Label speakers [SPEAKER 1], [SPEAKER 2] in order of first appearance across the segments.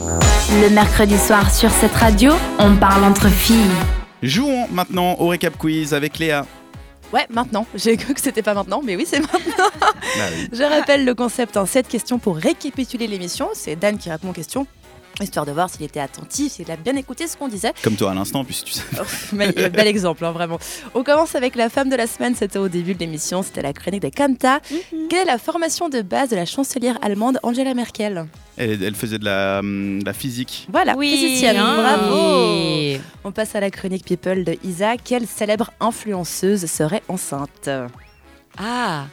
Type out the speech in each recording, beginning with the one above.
[SPEAKER 1] Le mercredi soir sur cette radio, on parle entre filles.
[SPEAKER 2] Jouons maintenant au récap quiz avec Léa.
[SPEAKER 3] Ouais, maintenant. J'ai cru que c'était pas maintenant, mais oui, c'est maintenant.
[SPEAKER 2] Bah oui.
[SPEAKER 3] Je rappelle le concept en 7 questions pour récapituler l'émission. C'est Dan qui répond aux questions, histoire de voir s'il était attentif, s'il a bien écouté ce qu'on disait.
[SPEAKER 2] Comme toi à l'instant, puisque tu sais.
[SPEAKER 3] Mais, euh, bel exemple, hein, vraiment. On commence avec la femme de la semaine. C'était au début de l'émission, c'était la chronique des Kanta. Quelle est la formation de base de la chancelière allemande Angela Merkel
[SPEAKER 2] Elle, elle faisait de la, hum, de la physique.
[SPEAKER 3] Voilà, physicienne.
[SPEAKER 4] hein.
[SPEAKER 3] Bravo On passe à la chronique People de Isa. Quelle célèbre influenceuse serait enceinte
[SPEAKER 4] Ah,
[SPEAKER 3] Ah.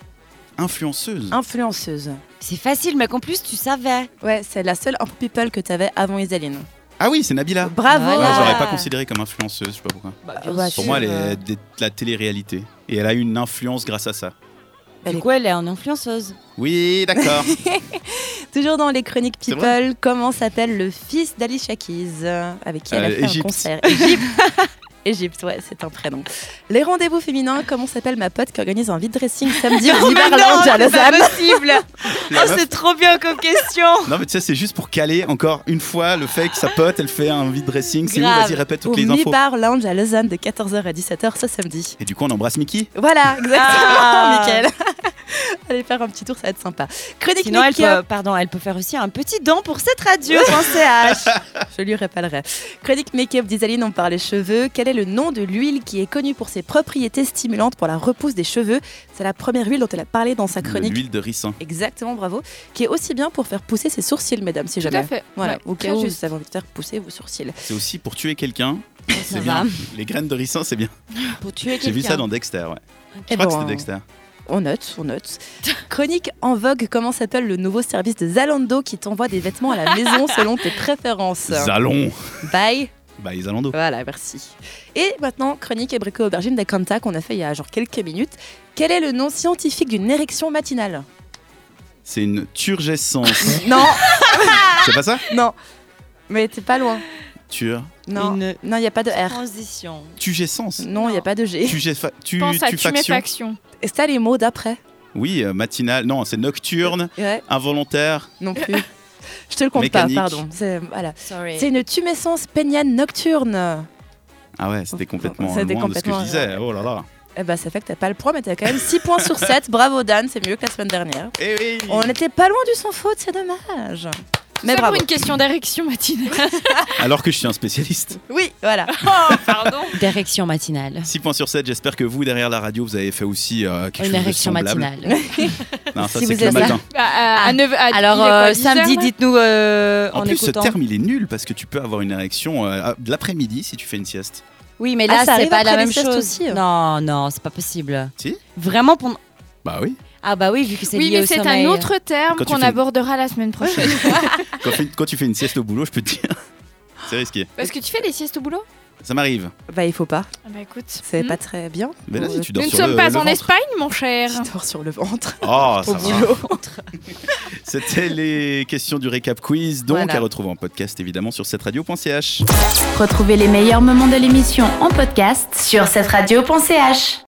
[SPEAKER 2] Influenceuse.
[SPEAKER 3] Influenceuse.
[SPEAKER 4] c'est facile, mais qu'en plus, tu savais.
[SPEAKER 3] Ouais, c'est la seule info people que t'avais avant Isaline.
[SPEAKER 2] Ah oui, c'est Nabila.
[SPEAKER 3] Bravo
[SPEAKER 2] Ouais,
[SPEAKER 4] Voilà.
[SPEAKER 2] J'aurais pas considéré comme influenceuse, je sais pas pourquoi.
[SPEAKER 3] Bah,
[SPEAKER 4] Ah, bah,
[SPEAKER 3] bien
[SPEAKER 2] Pour
[SPEAKER 3] sûr.
[SPEAKER 2] moi, elle est de la télé-réalité. Et elle a eu une influence grâce à ça.
[SPEAKER 3] Elle est-
[SPEAKER 4] Du coup, elle est en influenceuse.
[SPEAKER 2] Oui, d'accord.
[SPEAKER 3] Toujours dans les chroniques
[SPEAKER 2] C'est
[SPEAKER 3] People, comment s'appelle le fils d'Ali Shakiz euh, Avec qui elle a
[SPEAKER 2] Euh,
[SPEAKER 3] fait
[SPEAKER 2] Égypte.
[SPEAKER 3] un concert. Égypte. Égypte, ouais, c'est un prénom. Les rendez-vous féminins, comment s'appelle ma pote qui organise un vide dressing samedi en Liberland à
[SPEAKER 4] c'est pas
[SPEAKER 3] Lausanne
[SPEAKER 4] possible.
[SPEAKER 2] La
[SPEAKER 4] Oh,
[SPEAKER 2] meuf-
[SPEAKER 4] c'est trop bien comme question.
[SPEAKER 2] non, mais tu sais, c'est juste pour caler encore une fois le fait que sa pote, elle fait un vide dressing. C'est où
[SPEAKER 4] Grave.
[SPEAKER 2] Vas-y, répète
[SPEAKER 3] Au
[SPEAKER 2] toutes les
[SPEAKER 3] Mi
[SPEAKER 2] infos.
[SPEAKER 3] Bar Lounge à Lausanne de 14h à 17h ce samedi.
[SPEAKER 2] Et du coup, on embrasse Mickey.
[SPEAKER 3] Voilà, exactement,
[SPEAKER 4] Ah.
[SPEAKER 3] Mickaël. Allez faire un petit tour, ça va être sympa. Chronique
[SPEAKER 4] Sinon, elle
[SPEAKER 3] make-up.
[SPEAKER 4] peut, pardon, elle peut faire aussi un petit don pour cette radio. Pensez à
[SPEAKER 3] Je lui répalerai. Chronique make-up d'Isaline, on parle les cheveux. Quel est le nom de l'huile qui est connue pour ses propriétés stimulantes pour la repousse des cheveux C'est la première huile dont elle a parlé dans sa chronique.
[SPEAKER 2] L'huile de ricin.
[SPEAKER 3] Exactement, bravo. Qui est aussi bien pour faire pousser ses sourcils, mesdames, si
[SPEAKER 5] Tout à
[SPEAKER 3] jamais.
[SPEAKER 5] fait.
[SPEAKER 3] Voilà,
[SPEAKER 5] Ouais,
[SPEAKER 3] au cas
[SPEAKER 5] très
[SPEAKER 3] où
[SPEAKER 5] juste.
[SPEAKER 3] vous avez envie de faire pousser vos sourcils.
[SPEAKER 2] C'est aussi pour tuer quelqu'un. C'est
[SPEAKER 4] va.
[SPEAKER 2] bien. Les graines de ricin, c'est bien.
[SPEAKER 4] Pour tuer quelqu'un.
[SPEAKER 2] J'ai vu ça dans Dexter, ouais. Je
[SPEAKER 3] Eh
[SPEAKER 2] crois que
[SPEAKER 3] ben,
[SPEAKER 2] c'était Dexter.
[SPEAKER 3] On note, on note. Chronique en vogue, comment s'appelle le nouveau service de Zalando qui t'envoie des vêtements à la maison selon tes préférences
[SPEAKER 2] Zalon.
[SPEAKER 3] Bye
[SPEAKER 2] Bah, les Zalando.
[SPEAKER 3] Voilà, merci. Et maintenant, chronique et brico aubergine d'Akanta qu'on a fait il y a genre quelques minutes. Quel est le nom scientifique d'une érection matinale
[SPEAKER 2] C'est une turgescence.
[SPEAKER 3] Non,
[SPEAKER 2] c'est pas ça
[SPEAKER 3] non. Mais t'es pas loin.
[SPEAKER 2] Tur.
[SPEAKER 3] Non,
[SPEAKER 4] Une
[SPEAKER 3] non, il n'y a pas de R.
[SPEAKER 4] transition.
[SPEAKER 2] Tugescence.
[SPEAKER 3] Non, il n'y a pas de G.
[SPEAKER 2] Tugefa- Tu,
[SPEAKER 5] Pense à
[SPEAKER 2] tu faction.
[SPEAKER 5] tuméfaction.
[SPEAKER 3] Et ça, les mots d'après
[SPEAKER 2] Oui, euh, matinale. Non, c'est nocturne,
[SPEAKER 3] Ouais,
[SPEAKER 2] involontaire.
[SPEAKER 3] non plus. Je te le compte
[SPEAKER 2] Mécanique.
[SPEAKER 3] pas, pardon. C'est voilà.
[SPEAKER 4] Sorry.
[SPEAKER 3] C'est une tumescence péniane nocturne.
[SPEAKER 2] Ah ouais, c'était complètement
[SPEAKER 3] C'était
[SPEAKER 2] loin de ce que je
[SPEAKER 3] complètement-
[SPEAKER 2] disais. Oh là là.
[SPEAKER 3] Eh ben, ça fait que t'as pas le point, mais t'as quand même 6 points sur 7. Bravo, Dan, c'est mieux que la semaine dernière.
[SPEAKER 2] Eh oui.
[SPEAKER 3] On n'était pas loin du sans faute, c'est dommage. Mais
[SPEAKER 5] C'est
[SPEAKER 3] bravo.
[SPEAKER 5] pour une question d'érection matinale.
[SPEAKER 2] Alors que je suis un spécialiste.
[SPEAKER 3] Oui, voilà.
[SPEAKER 5] Oh, pardon.
[SPEAKER 4] D'érection matinale.
[SPEAKER 2] 6 points sur 7, j'espère que vous, derrière la radio, vous avez fait aussi euh, quelque
[SPEAKER 4] Une
[SPEAKER 2] chose de
[SPEAKER 4] érection
[SPEAKER 2] semblable.
[SPEAKER 4] matinale.
[SPEAKER 2] Non, ça,
[SPEAKER 3] Si
[SPEAKER 2] c'est
[SPEAKER 3] vous
[SPEAKER 2] que le
[SPEAKER 3] êtes là.
[SPEAKER 2] matin.
[SPEAKER 5] Bah, à- à neuf- à- il
[SPEAKER 4] Alors,
[SPEAKER 5] est quoi,
[SPEAKER 4] euh,
[SPEAKER 5] 10 heures,
[SPEAKER 4] samedi,
[SPEAKER 5] là
[SPEAKER 4] dites-nous euh, en,
[SPEAKER 2] En plus, ce
[SPEAKER 3] hein.
[SPEAKER 4] écoutant.
[SPEAKER 2] terme, il est nul parce que tu peux avoir une érection euh, à- de l'après-midi si tu fais une sieste.
[SPEAKER 4] Oui, mais
[SPEAKER 3] Ah,
[SPEAKER 4] là,
[SPEAKER 3] ça
[SPEAKER 4] c'est
[SPEAKER 3] arrive
[SPEAKER 4] pas
[SPEAKER 3] après
[SPEAKER 4] la
[SPEAKER 3] les
[SPEAKER 4] même
[SPEAKER 3] siestes
[SPEAKER 4] chose.
[SPEAKER 3] aussi.
[SPEAKER 4] Non, non, c'est pas possible.
[SPEAKER 2] Si.
[SPEAKER 4] Vraiment pour.
[SPEAKER 2] Bah oui.
[SPEAKER 4] Ah bah oui, vu que c'est
[SPEAKER 5] Oui,
[SPEAKER 4] lié
[SPEAKER 5] mais
[SPEAKER 4] au
[SPEAKER 5] c'est un
[SPEAKER 4] sommeil. euh.
[SPEAKER 5] autre terme
[SPEAKER 2] Quand tu
[SPEAKER 5] qu'on
[SPEAKER 2] fais-
[SPEAKER 5] abordera la semaine prochaine.
[SPEAKER 2] Quand, fait- quand tu fais une sieste au boulot, je peux te dire. c'est risqué.
[SPEAKER 5] Parce que tu fais des siestes au boulot
[SPEAKER 2] Ça m'arrive.
[SPEAKER 3] Bah, il faut pas.
[SPEAKER 5] Ah Bah écoute.
[SPEAKER 3] C'est
[SPEAKER 5] Hmm.
[SPEAKER 3] pas très bien.
[SPEAKER 2] Mais là,
[SPEAKER 3] Pour,
[SPEAKER 2] si
[SPEAKER 3] euh,
[SPEAKER 2] tu
[SPEAKER 5] Nous
[SPEAKER 2] dors
[SPEAKER 5] ne
[SPEAKER 2] sur le,
[SPEAKER 5] sommes pas
[SPEAKER 2] le
[SPEAKER 5] en
[SPEAKER 2] ventre.
[SPEAKER 5] Espagne, mon cher.
[SPEAKER 3] Tu dors sur le ventre.
[SPEAKER 2] Oh, ça
[SPEAKER 3] Au
[SPEAKER 2] va.
[SPEAKER 3] boulot.
[SPEAKER 2] C'était les questions du récap quiz, donc
[SPEAKER 3] Voilà.
[SPEAKER 2] à retrouver en podcast évidemment sur cette radio.ch.
[SPEAKER 1] Retrouvez les meilleurs moments de l'émission en podcast sur cette radio.ch.